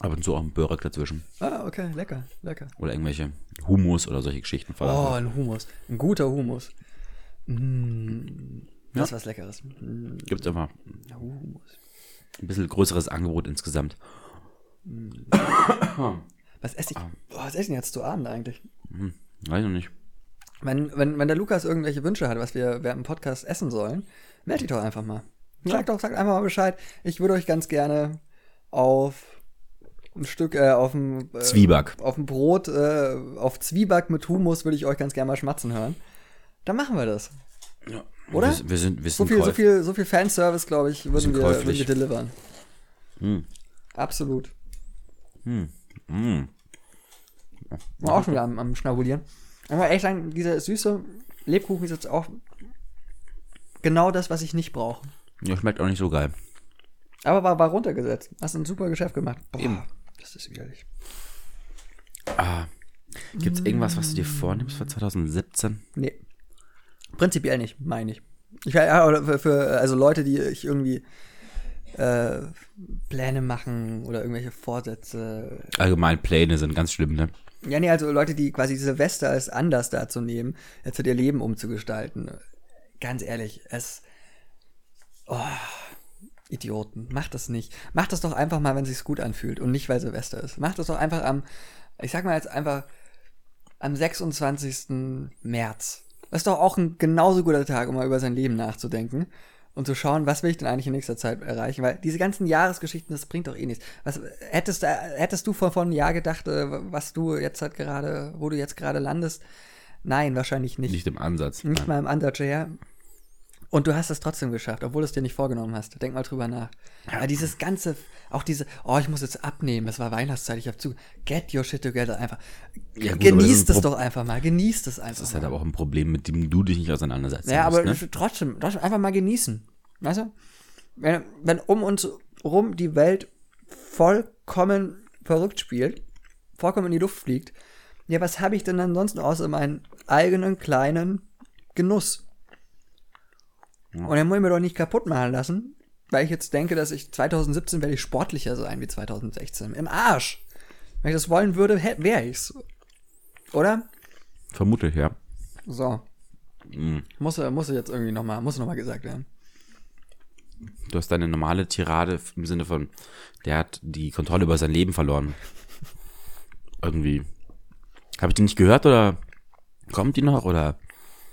S1: Ab und zu auch ein Börek dazwischen.
S2: Ah, okay, lecker, lecker.
S1: Oder irgendwelche Humus oder solche Geschichten.
S2: Oh, ein Humus. Ein guter Humus. Mm, das ist was Leckeres. Mm,
S1: Gibt es immer
S2: Humus.
S1: ein bisschen größeres Angebot insgesamt.
S2: Was esse ich? Boah, was esse ich denn jetzt zu Abend eigentlich?
S1: Hm, weiß noch nicht.
S2: Wenn, wenn, wenn der Lukas irgendwelche Wünsche hat, was wir während dem Podcast essen sollen, meldet die doch einfach mal. Sagt doch, sagt einfach mal Bescheid. Ich würde euch ganz gerne auf ein Stück, äh, auf ein äh,
S1: Zwieback.
S2: auf ein Brot, äh, auf Zwieback mit Humus würde ich euch ganz gerne mal schmatzen hören. Dann machen wir das.
S1: Ja.
S2: Oder?
S1: Wir, wir sind, wir sind
S2: So viel, so
S1: käuf-
S2: viel, so viel Fanservice, glaube ich, würden
S1: sind
S2: wir, würden wir
S1: käuflich.
S2: delivern.
S1: Hm.
S2: Absolut.
S1: Hm.
S2: War auch schon wieder am, am Schnabulieren. Aber ehrlich sagen, dieser süße Lebkuchen ist jetzt auch genau das, was ich nicht brauche.
S1: Ja, schmeckt auch nicht so geil.
S2: Aber war, war runtergesetzt. Hast ein super Geschäft gemacht. Boah,
S1: Eben.
S2: Das ist widerlich.
S1: Ah. Gibt es irgendwas, was du dir vornimmst für 2017?
S2: Nee. Prinzipiell nicht, meine ich. Ich wär- ja, oder für, für also Leute, die ich irgendwie äh, Pläne machen oder irgendwelche Vorsätze.
S1: Allgemein Pläne sind ganz schlimm, ne?
S2: Ja, nee, also Leute, die quasi Silvester als anders dazu nehmen, jetzt ihr Leben umzugestalten. äh, Ganz ehrlich, es. Oh, Idioten, macht das nicht. Macht das doch einfach mal, wenn es sich gut anfühlt und nicht, weil Silvester ist. Macht das doch einfach am, ich sag mal jetzt einfach, am 26. März. Das ist doch auch ein genauso guter Tag, um mal über sein Leben nachzudenken und zu schauen, was will ich denn eigentlich in nächster Zeit erreichen, weil diese ganzen Jahresgeschichten, das bringt doch eh nichts. Was hättest, du- hättest du vor, vor einem Jahr gedacht, äh, was du jetzt halt gerade, wo du jetzt gerade landest? Nein, wahrscheinlich nicht.
S1: Nicht im Ansatz.
S2: Nicht mal im Ansatz, ja. Und du hast es trotzdem geschafft, obwohl du es dir nicht vorgenommen hast. Denk mal drüber nach. Aber dieses ganze, auch diese, oh, ich muss jetzt abnehmen, es war Weihnachtszeit, ich habe zu. Get your shit together einfach.
S1: Ja, gut, aber das
S2: genießt
S1: ist ein
S2: es
S1: Pro-
S2: doch einfach mal, genießt es einfach.
S1: Das ist
S2: mal.
S1: halt aber auch ein Problem, mit dem du dich nicht ne? auseinandersetzt.
S2: ja, aber trotzdem, trotzdem einfach mal genießen. Weißt du? Wenn, wenn um uns rum die Welt vollkommen verrückt spielt, vollkommen in die Luft fliegt, ja, was habe ich denn ansonsten außer meinen eigenen kleinen Genuss? Und dann muss ich mir doch nicht kaputt machen lassen, weil ich jetzt denke, dass ich 2017 werde ich sportlicher sein wie 2016. Im Arsch. Wenn ich das wollen würde, hä- wäre ich's. Oder?
S1: Vermutlich, ja.
S2: So.
S1: Hm.
S2: Muss, äh, muss jetzt irgendwie nochmal, muss nochmal gesagt werden.
S1: Du hast deine normale Tirade im Sinne von, der hat die Kontrolle über sein Leben verloren. Irgendwie. Habe ich die nicht gehört oder kommt die noch oder?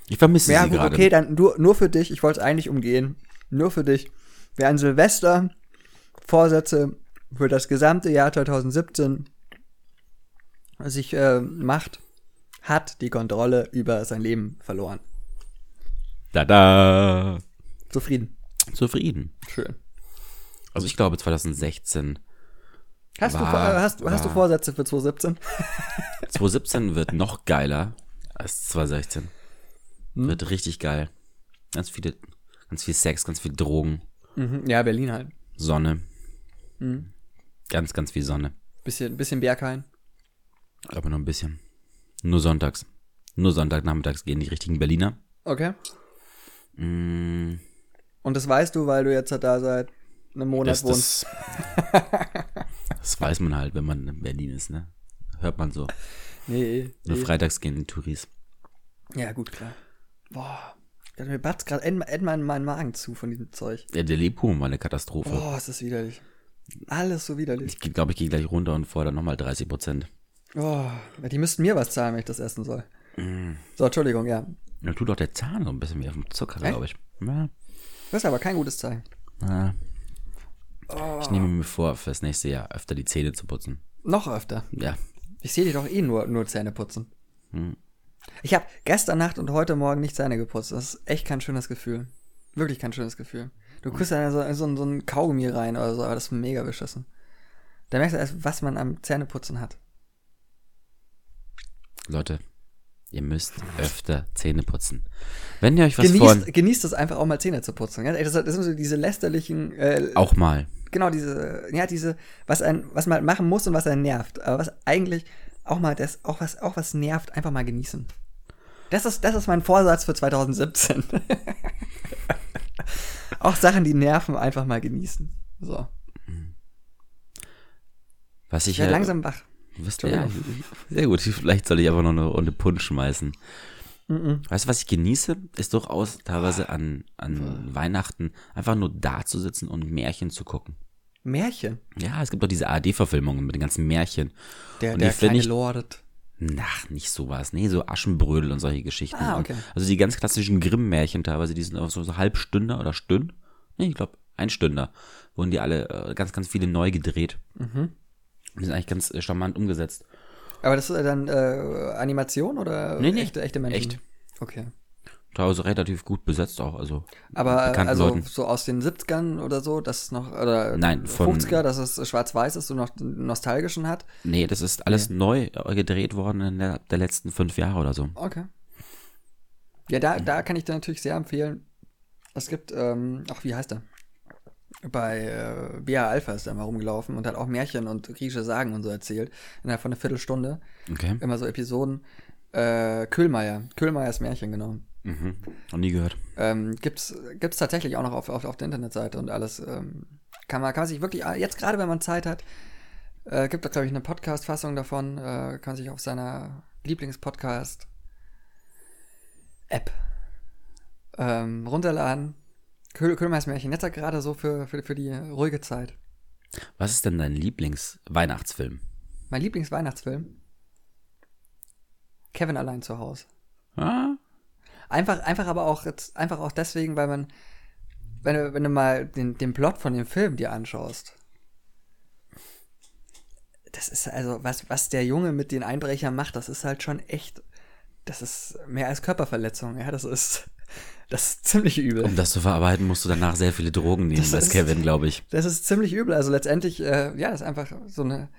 S1: Ich vermisse
S2: Ja,
S1: sie
S2: gut,
S1: gerade.
S2: okay, dann nur, nur für dich. Ich wollte es eigentlich umgehen. Nur für dich. Wer an Silvester Vorsätze für das gesamte Jahr 2017 sich äh, macht, hat die Kontrolle über sein Leben verloren.
S1: Da, da.
S2: Zufrieden.
S1: Zufrieden.
S2: Schön.
S1: Also ich glaube 2016.
S2: Hast, du,
S1: War-
S2: vor- äh, hast, hast du
S1: war-
S2: Vorsätze für 2017?
S1: 2017 wird noch geiler als 2016. Wird richtig geil. Ganz viele, ganz viel Sex, ganz viel Drogen,
S2: Ja, Berlin halt.
S1: Sonne. Ganz, ganz viel Sonne.
S2: Bisschen, bisschen Berghain.
S1: Aber nur ein bisschen. Nur sonntags. Nur Sonntagnachmittags gehen die richtigen Berliner.
S2: Okay.
S1: Mm,
S2: Und das weißt du, weil du jetzt halt da seit einem Monat
S1: das,
S2: wohnst.
S1: das, das weiß man halt, wenn man in Berlin ist, ne? Hört man so.
S2: Nee,
S1: Nur freitags gehen die Touris.
S2: Ja, gut, klar. Boah. Ja, Mir batzt gerade endmal meinen Magen zu von diesem Zeug.
S1: Ja, der Lebkuchen war eine Katastrophe.
S2: Boah, ist das widerlich. Alles so widerlich.
S1: Ich glaube, ich gehe gleich runter und fordere nochmal 30 Prozent.
S2: Oh, die müssten mir was zahlen, wenn ich das essen soll.
S1: Mm.
S2: So, Entschuldigung, ja.
S1: Da tut doch der Zahn so ein bisschen wie auf dem Zucker,
S2: Echt?
S1: glaube ich. Ja,
S2: Das ist aber kein gutes Zeichen.
S1: ja. Ah, Ich
S2: Ah.
S1: nehme mir vor, fürs nächste Jahr öfter die Zähne zu putzen.
S2: Noch öfter.
S1: Ja.
S2: Ich sehe dich doch eh nur, nur Zähne putzen. Ich habe gestern Nacht und heute Morgen nicht Zähne geputzt. Das ist echt kein schönes Gefühl. Wirklich kein schönes Gefühl. Du kriegst dann so, so, so ein Kaugummi rein oder so, aber das ist mega beschissen. Da merkst du erst, was man am Zähneputzen hat.
S1: Leute, ihr müsst öfter Zähne putzen. Wenn ihr euch was vorn...
S2: Genießt, genießt es einfach auch mal Zähne zu putzen. gell? Das, das sind so diese lästerlichen, äh,
S1: Auch mal.
S2: genau diese, ja diese, was ein, was man halt machen muss und was einen nervt. Aber was eigentlich auch mal das, auch was, auch was nervt, einfach mal genießen. Das ist, das ist mein Vorsatz für 2017. auch Sachen, die nerven, einfach mal genießen. So.
S1: Was ich
S2: Ja,
S1: ja,
S2: langsam wach.
S1: Du bist, ja, sehr gut. Vielleicht soll ich einfach noch eine Runde Punsch schmeißen.
S2: Mhm.
S1: Weißt du, was ich genieße? Ist durchaus teilweise an,
S2: Ah.
S1: an Weihnachten einfach nur da zu sitzen und Märchen zu gucken.
S2: Märchen.
S1: Ja, es gibt doch diese ARD-Verfilmungen mit den ganzen Märchen.
S2: Der,
S1: Und
S2: der
S1: die find
S2: kleine
S1: ich-
S2: Lordet.
S1: Na, nicht sowas. Nee, so Aschenbrödel und solche Geschichten.
S2: Ah, okay.
S1: und, also die ganz klassischen Grimm-Märchen teilweise, die sind auch so, so Halbstünder oder Stünd. Nee, ich glaube, ein Stünder. Wurden die alle äh, ganz, ganz viele neu gedreht.
S2: Mhm.
S1: Die sind eigentlich ganz äh, charmant umgesetzt.
S2: Aber das ist dann äh, Animation oder
S1: Nee, nee.
S2: echte, echte Menschen?
S1: Echt.
S2: Okay.
S1: Teilweise relativ gut besetzt auch. Also
S2: Aber äh,
S1: bekannten
S2: also
S1: Leuten.
S2: so aus den 70ern oder so, das noch, oder
S1: Nein, von-
S2: 50er, dass es schwarz-weiß ist und noch den nostalgischen hat.
S1: Nee, das ist alles neu äh, gedreht worden in der, der letzten fünf Jahre oder so.
S2: Okay. Ja, da, da kann ich dir natürlich sehr empfehlen. Es gibt, ähm, ach, wie heißt er? Bei äh, BA Alpha ist er mal rumgelaufen und hat auch Märchen und griechische Sagen und so erzählt. Innerhalb von einer Viertelstunde.
S1: Okay.
S2: Immer so Episoden. Äh, Köhlmeier. Köhlmeiers Märchen, genau.
S1: Mhm. Noch nie gehört.
S2: Ähm, gibt's, gibt's tatsächlich auch noch auf, auf, auf der Internetseite und alles. Ähm, kann, man, kann man sich wirklich, ah, jetzt gerade wenn man Zeit hat, äh, gibt da glaube ich eine Podcast-Fassung davon, äh, kann sich auf seiner Lieblingspodcast-App ähm, runterladen. Köhl, Köhlmeiers Märchen, jetzt halt gerade so für, für, für die ruhige Zeit.
S1: Was ist denn dein Lieblings-Weihnachtsfilm?
S2: Mein Lieblingsweihnachtsfilm? Kevin allein zu Hause.
S1: Ah?
S2: Einfach, einfach aber auch jetzt, einfach auch deswegen, weil man, wenn du, wenn du mal den, den Plot von dem Film dir anschaust, das ist also, was, was der Junge mit den Einbrechern macht, das ist halt schon echt, das ist mehr als Körperverletzung, ja, das ist, das ist ziemlich übel.
S1: Um das zu verarbeiten, musst du danach sehr viele Drogen nehmen,
S2: Das
S1: das
S2: ist-
S1: Kevin, glaube ich.
S2: Das ist ziemlich übel, also letztendlich, äh, ja, das ist einfach so eine,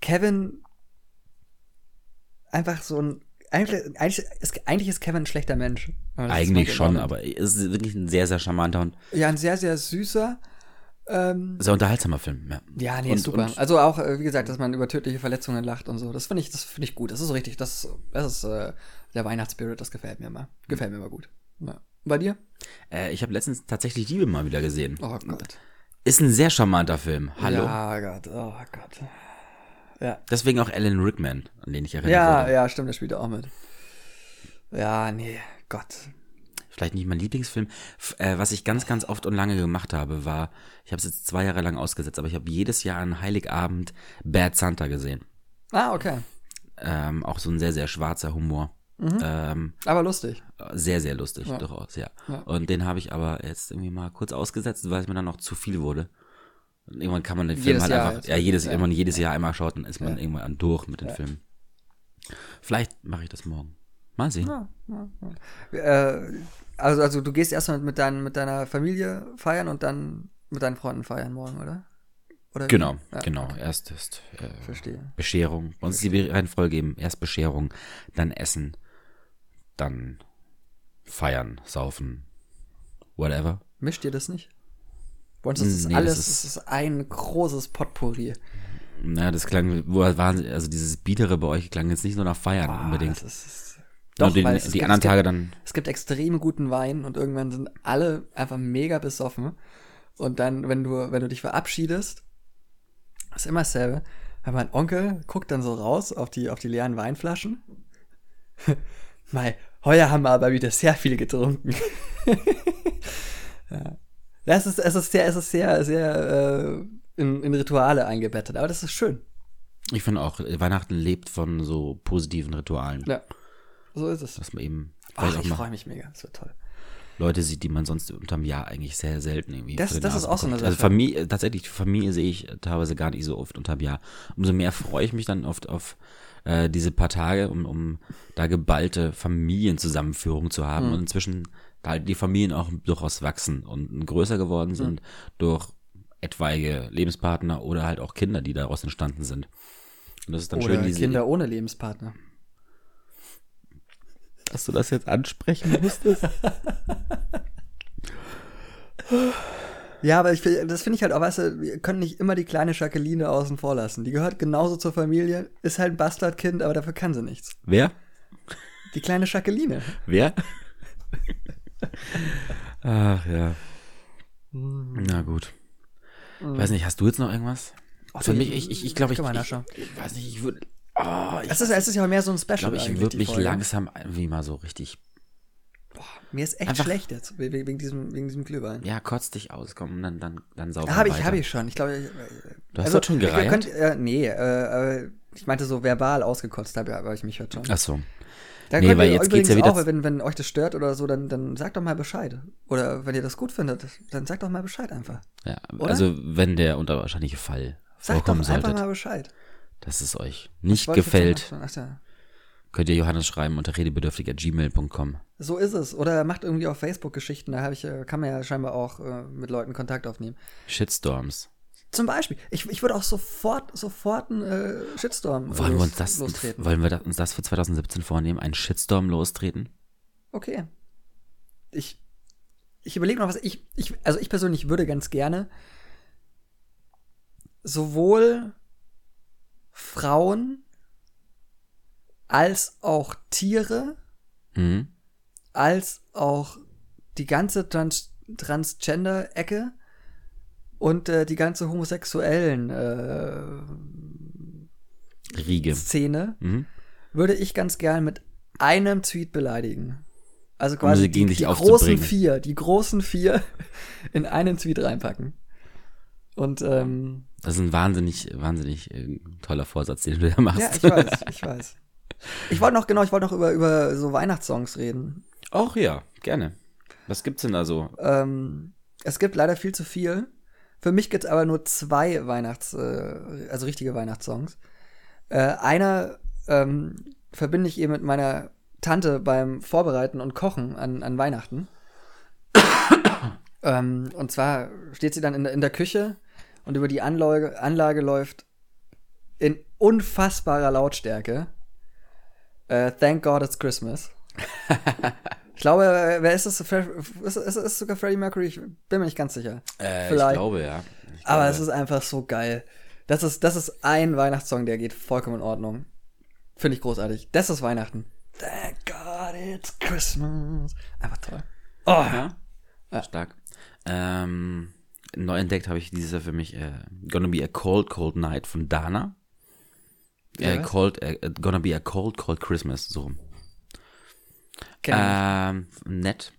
S2: Kevin, einfach so ein, eigentlich, eigentlich ist, eigentlich ist Kevin ein schlechter Mensch. wenn man das mal
S1: Eigentlich
S2: genau
S1: schon,
S2: nimmt.
S1: aber es ist wirklich ein sehr, sehr charmanter und
S2: Ja, ein sehr, sehr süßer. Ähm,
S1: sehr unterhaltsamer Film. Ja,
S2: ja, nee,
S1: und,
S2: ist super.
S1: Und,
S2: also auch, äh, wie gesagt, dass man über tödliche Verletzungen lacht und so. Das finde ich, das finde ich gut. Das ist so richtig. Das, das ist äh, der Weihnachtsspirit, das gefällt mir immer.
S1: Mhm.
S2: Gefällt mir immer gut. Ja. Bei dir?
S1: äh, ich habe letztens tatsächlich Liebe mal wieder gesehen.
S2: Oh Gott.
S1: Ist ein sehr charmanter Film. Hallo.
S2: Ja, Gott, oh Gott. Ja.
S1: Deswegen auch Alan Rickman, an den ich erinnere.
S2: Ja, ja, stimmt, der spielt auch mit. Ja, nee, Gott.
S1: vielleicht nicht mein Lieblingsfilm. F äh, was ich ganz, ganz oft und lange gemacht habe, war, ich habe es jetzt zwei Jahre lang ausgesetzt, aber ich habe jedes Jahr an Heiligabend Bad Santa gesehen.
S2: Ah, okay.
S1: Ähm, auch so ein sehr, sehr schwarzer Humor.
S2: Mhm.
S1: Ähm,
S2: Aber lustig.
S1: sehr, sehr lustig durchaus, ja. Und den habe ich aber jetzt irgendwie mal kurz ausgesetzt, weil es mir dann noch zu viel wurde. Und irgendwann kann man den Film
S2: Jedes
S1: halt
S2: Jahr
S1: einfach,
S2: jetzt,
S1: ja,
S2: ne?
S1: jedes,
S2: Ja.
S1: Irgendwann jedes Jahr einmal schaut, dann ist man irgendwann durch mit den Filmen. Vielleicht mache ich das morgen. Mal sehen.
S2: Äh, also, also du gehst erstmal mit, dein, mit deiner Familie feiern und dann mit deinen Freunden feiern morgen, oder? oder wie?
S1: Genau,
S2: Ja,
S1: genau. Erst ist äh,
S2: Verstehe.
S1: Bescherung. Bei Uns ist die Reihenfolge eben erst Bescherung, dann Essen, dann feiern, saufen, whatever.
S2: Mischt ihr das nicht? Bei uns ist das
S1: Nee, das
S2: alles,
S1: ist-
S2: es ist ein großes Potpourri.
S1: Naja, das klang, wo- wahnsinnig, also dieses Biedere bei euch klang jetzt nicht nur nach Feiern unbedingt.
S2: Ah, das ist,
S1: Nur
S2: doch,
S1: den,
S2: weil es,
S1: die
S2: gibt,
S1: anderen
S2: es, gibt,
S1: Tage dann.
S2: es gibt extrem guten Wein und irgendwann sind alle einfach mega besoffen. Und dann, wenn du, wenn du dich verabschiedest, ist immer dasselbe. Weil mein Onkel guckt dann so raus auf die, auf die leeren Weinflaschen. Mei, heuer haben wir aber wieder sehr viel getrunken. ja. Es ist, es ist sehr, es ist sehr, sehr äh, in, in Rituale eingebettet, aber das ist schön.
S1: Ich finde auch, äh, Weihnachten lebt von so positiven Ritualen.
S2: Ja. So ist es.
S1: Dass man eben vielleicht
S2: Ach,
S1: auch
S2: ich
S1: mal
S2: freue mich mega, das wird toll.
S1: Leute sieht, die man sonst unterm Jahr eigentlich sehr selten irgendwie.
S2: Das-
S1: vor die
S2: das ist
S1: Nase
S2: auch so eine
S1: bekommt. Also
S2: Sache.
S1: Familie, tatsächlich, die Familie sehe ich teilweise gar nicht so oft unterm Jahr. Umso mehr freue ich mich dann oft auf äh, diese paar Tage, um, um da geballte Familienzusammenführung zu
S2: Hm.
S1: haben. Und inzwischen, da die Familien auch durchaus wachsen und größer
S2: Hm.
S1: geworden sind durch etwaige Lebenspartner oder halt auch Kinder, die daraus entstanden sind. Und das ist dann
S2: Oder
S1: schön, diese
S2: Kinder ohne Lebenspartner.
S1: dass du das jetzt ansprechen musstest.
S2: Ja, aber ich, fi- das finde ich halt auch, weißt du, wir können nicht immer die kleine Jacqueline außen vor lassen. Die gehört genauso zur Familie, ist halt ein Bastardkind, aber dafür kann sie nichts.
S1: Wer?
S2: Die kleine Jacqueline.
S1: Wer?
S2: Hm.
S1: Ach ja. Na gut. Weiß nicht, hast du jetzt noch irgendwas?
S2: Ach,
S1: Für
S2: die-
S1: mich, ich, ich, ich glaube, ich,
S2: kann man
S1: ich,
S2: nachschauen.
S1: ich weiß nicht, ich würde. Oh, ich
S2: Es ist, es ist ja mehr so ein Special.
S1: glaube, ich
S2: eigentlich,
S1: würde
S2: die
S1: mich
S2: Folge.
S1: langsam irgendwie mal so richtig.
S2: Mir ist echt
S1: einfach-
S2: schlecht jetzt, we- we- wegen diesem, wegen diesem Glühwein.
S1: Ja, kotz dich aus, komm, dann, dann, dann sauber.
S2: Habe ich,
S1: weiter.
S2: habe ich schon. Ich glaube, ich-
S1: Du hast doch schon
S2: wir- wir
S1: gereiert?
S2: Könnt, äh, nee, äh, aber ich meinte so verbal ausgekotzt habe, aber ich mich hört schon.
S1: Ach so.
S2: Dann
S1: nee,
S2: könnt
S1: weil
S2: ihr
S1: jetzt geht's
S2: übrigens
S1: ja wieder
S2: auch,
S1: zu-
S2: wenn, wenn euch das stört oder so, dann, dann sagt doch mal Bescheid. Oder wenn ihr das gut findet, dann sagt doch mal Bescheid einfach.
S1: Ja,
S2: Oder?
S1: also, wenn der unterwahrscheinliche Fall
S2: Sagt doch
S1: vorkommen
S2: einfach
S1: sollte,
S2: mal Bescheid.
S1: dass es euch nicht
S2: Wollte ich jetzt
S1: gefällt,
S2: schon mal- Ach, ja.
S1: könnt ihr Johannes schreiben unter redebedürftiger.gmail.com.
S2: So ist es. Oder er macht irgendwie auf Facebook Geschichten, da hab ich, äh, kann man ja scheinbar auch äh, mit Leuten Kontakt aufnehmen.
S1: Shitstorms.
S2: Zum Beispiel, ich, ich würde auch sofort, sofort einen äh, Shitstorm
S1: Wollen wir
S2: los-
S1: uns das,
S2: lostreten.
S1: wollen wir da- uns das für 2017 vornehmen, einen Shitstorm lostreten?
S2: Okay. Ich, ich überlege noch was. Ich, ich, also ich persönlich würde ganz gerne sowohl Frauen als auch Tiere
S1: Mhm.
S2: als auch die ganze Trans Transgender-Ecke und äh, die ganze homosexuellen äh,
S1: Riege.
S2: Szene
S1: Mhm.
S2: würde ich ganz gern mit einem Tweet beleidigen. Also quasi
S1: Um sie gegen
S2: die,
S1: dich
S2: die
S1: aufzubringen.
S2: großen vier, die großen vier in einen Tweet reinpacken. Und ähm,
S1: Das ist ein wahnsinnig, wahnsinnig äh, toller Vorsatz, den du da machst.
S2: ja, ich weiß, ich weiß. Ich wollte noch genau, ich wollte noch über über so Weihnachtssongs reden.
S1: Auch ja, gerne. Was gibt's denn da so?
S2: Ähm, es gibt leider viel zu viel. Für mich gibt's aber nur zwei Weihnachts, äh, also richtige Weihnachtssongs. Äh, einer ähm, verbinde ich eben mit meiner Tante beim Vorbereiten und Kochen an, an Weihnachten. ähm, und zwar steht sie dann in, der- in der Küche und über die Anlage, Anlage läuft in unfassbarer Lautstärke äh, Thank God It's Christmas. Ich glaube, äh, wer ist es? Fre- Ist, ist, ist sogar Freddie Mercury? Ich bin mir nicht ganz sicher.
S1: Äh,
S2: Vielleicht.
S1: Ich glaube, ja. Ich
S2: Aber
S1: glaube,
S2: es ist einfach so geil. Das ist, das ist ein Weihnachtssong, der geht vollkommen in Ordnung. Finde ich großartig. Das ist Weihnachten. Thank God it's Christmas. Einfach toll. Oh,
S1: Ja. Stark. Ähm, neu entdeckt habe ich dieses Jahr für mich äh, Gonna Be a Cold, Cold Night von Dana.
S2: Ja,
S1: äh,
S2: was?
S1: cold, äh, gonna Be a Cold, Cold Christmas, so rum.
S2: kenn
S1: Ähm, nett.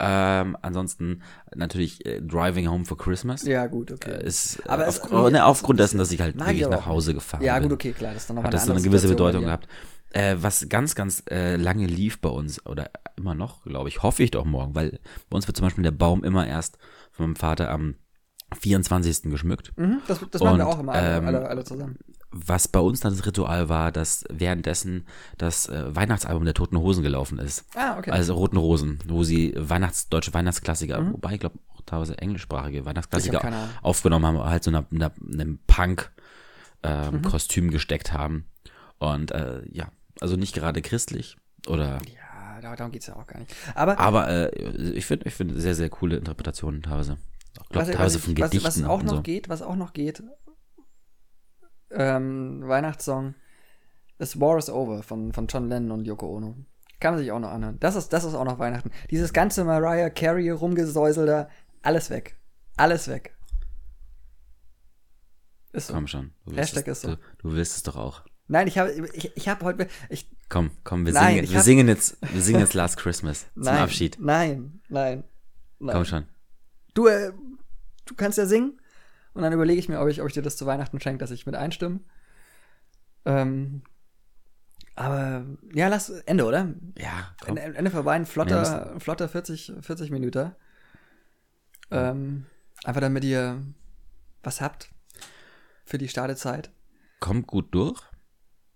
S1: Ähm, ansonsten natürlich äh, Driving Home for Christmas.
S2: ich. ja, gut, okay.
S1: Äh, Ist, äh,
S2: Aber es-
S1: auf, ne, aufgrund dessen, dass ich halt
S2: mag ich
S1: wirklich
S2: aber
S1: nach
S2: auch
S1: Hause gefahren
S2: ja,
S1: bin.
S2: gut, okay, klar. Das ist dann nochmal
S1: Hat das so eine gewisse Bedeutung gehabt. Äh, was ganz, ganz äh, lange lief bei uns, oder immer noch, glaube ich, hoffe ich doch morgen, weil bei uns wird zum Beispiel der Baum immer erst von meinem Vater am 24. geschmückt.
S2: Mhm, das das machen wir
S1: Und,
S2: auch immer alle,
S1: ähm,
S2: alle, alle zusammen.
S1: Was bei uns dann das Ritual war, dass währenddessen das äh, Weihnachtsalbum der Toten Hosen gelaufen ist.
S2: Ah, okay.
S1: Also Roten Rosen, wo sie Weihnachts-, deutsche Weihnachtsklassiker,
S2: Mhm.
S1: wobei ich glaube auch teilweise englischsprachige Weihnachtsklassiker
S2: Ich hab keine Ahnung.
S1: aufgenommen haben, aber halt so einer, einer, einem
S2: Mhm.
S1: Punk-Kostüm gesteckt haben. Und äh, ja, also nicht gerade christlich oder.
S2: ja, da- darum geht's ja auch gar nicht. Aber
S1: Aber äh, ich finde ich find sehr, sehr coole Interpretationen teilweise. Ich glaube,
S2: was,
S1: teilweise
S2: was,
S1: von
S2: ich- was,
S1: Gedichten
S2: was auch
S1: und
S2: noch
S1: so.
S2: geht, was auch noch geht, ähm, Weihnachtssong, This War is Over von, von John Lennon und Yoko Ono. Kann man sich auch noch anhören. Das ist, das ist auch noch Weihnachten. Dieses ganze Mariah Carey rumgesäusel da, alles weg. Alles weg. Ist so.
S1: Komm schon. Du willst
S2: Hashtag
S1: es,
S2: ist so.
S1: Du, du willst es doch auch.
S2: Nein, ich habe ich, ich hab heute. Ich,
S1: Komm, komm, wir
S2: Nein,
S1: singen,
S2: ich
S1: wir
S2: hab-
S1: singen jetzt, wir singen jetzt Last Christmas zum
S2: nein,
S1: Abschied.
S2: Nein, nein. nein.
S1: Komm schon.
S2: du, äh, du kannst ja singen. Und dann überlege ich mir, ob ich, ob ich dir das zu Weihnachten schenke, dass ich mit einstimme. Ähm, aber ja, lass Ende, oder?
S1: Ja, komm.
S2: Ende, Ende vorbei, ein
S1: Wir
S2: flotter, flotter 40, 40 Minuten. Ähm, einfach damit ihr was habt für die Startezeit.
S1: Kommt gut durch.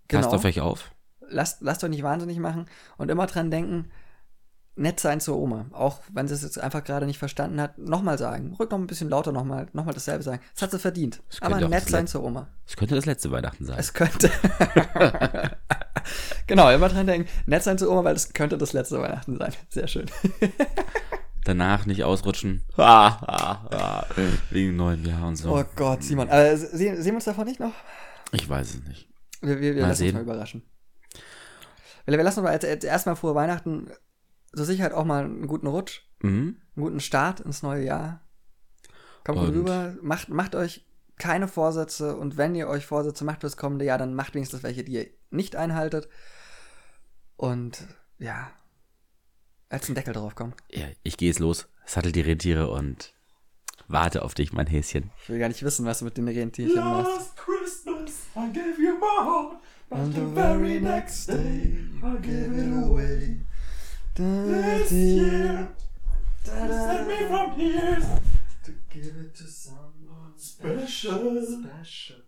S2: Genau.
S1: Passt auf euch auf.
S2: lasst, lasst euch nicht wahnsinnig machen und immer dran denken, nett sein zur Oma. Auch wenn sie es jetzt einfach gerade nicht verstanden hat, nochmal sagen. Rück noch ein bisschen lauter nochmal, nochmal dasselbe sagen. Das hat sie verdient.
S1: Das könnte
S2: Aber
S1: auch
S2: nett
S1: das
S2: sein
S1: Let-
S2: zur Oma.
S1: Es könnte das letzte Weihnachten sein.
S2: Es könnte. genau, immer dran denken, nett sein zur Oma, weil es könnte das letzte Weihnachten sein. Sehr schön.
S1: Danach nicht ausrutschen. Ha, ha, ha. Wegen neuen Jahr und so.
S2: Oh Gott, Simon. Äh, se- sehen, sehen wir uns davon nicht noch?
S1: Ich weiß es nicht.
S2: Wir, wir, wir
S1: Mal
S2: lassen
S1: sehen.
S2: uns mal überraschen. Wir, wir lassen uns mal als, als erstmal frohe Weihnachten zur Sicherheit auch mal einen guten Rutsch.
S1: Mhm.
S2: einen guten Start ins neue Jahr. Kommt gut
S1: Und-
S2: rüber, macht, macht euch keine Vorsätze und wenn ihr euch Vorsätze macht fürs kommende Jahr, dann macht wenigstens welche, die ihr nicht einhaltet. Und ja, als ein Deckel drauf kommen.
S1: Ja, ich gehe jetzt los, sattel die Rentiere und warte auf dich, mein Häschen.
S2: Ich will gar nicht wissen, was du mit den Rentierchen machst.
S3: Last Christmas, I gave you my heart, but
S2: And
S3: the very next day, I gave it away. This year, you sent me from here to give it to someone special. Special.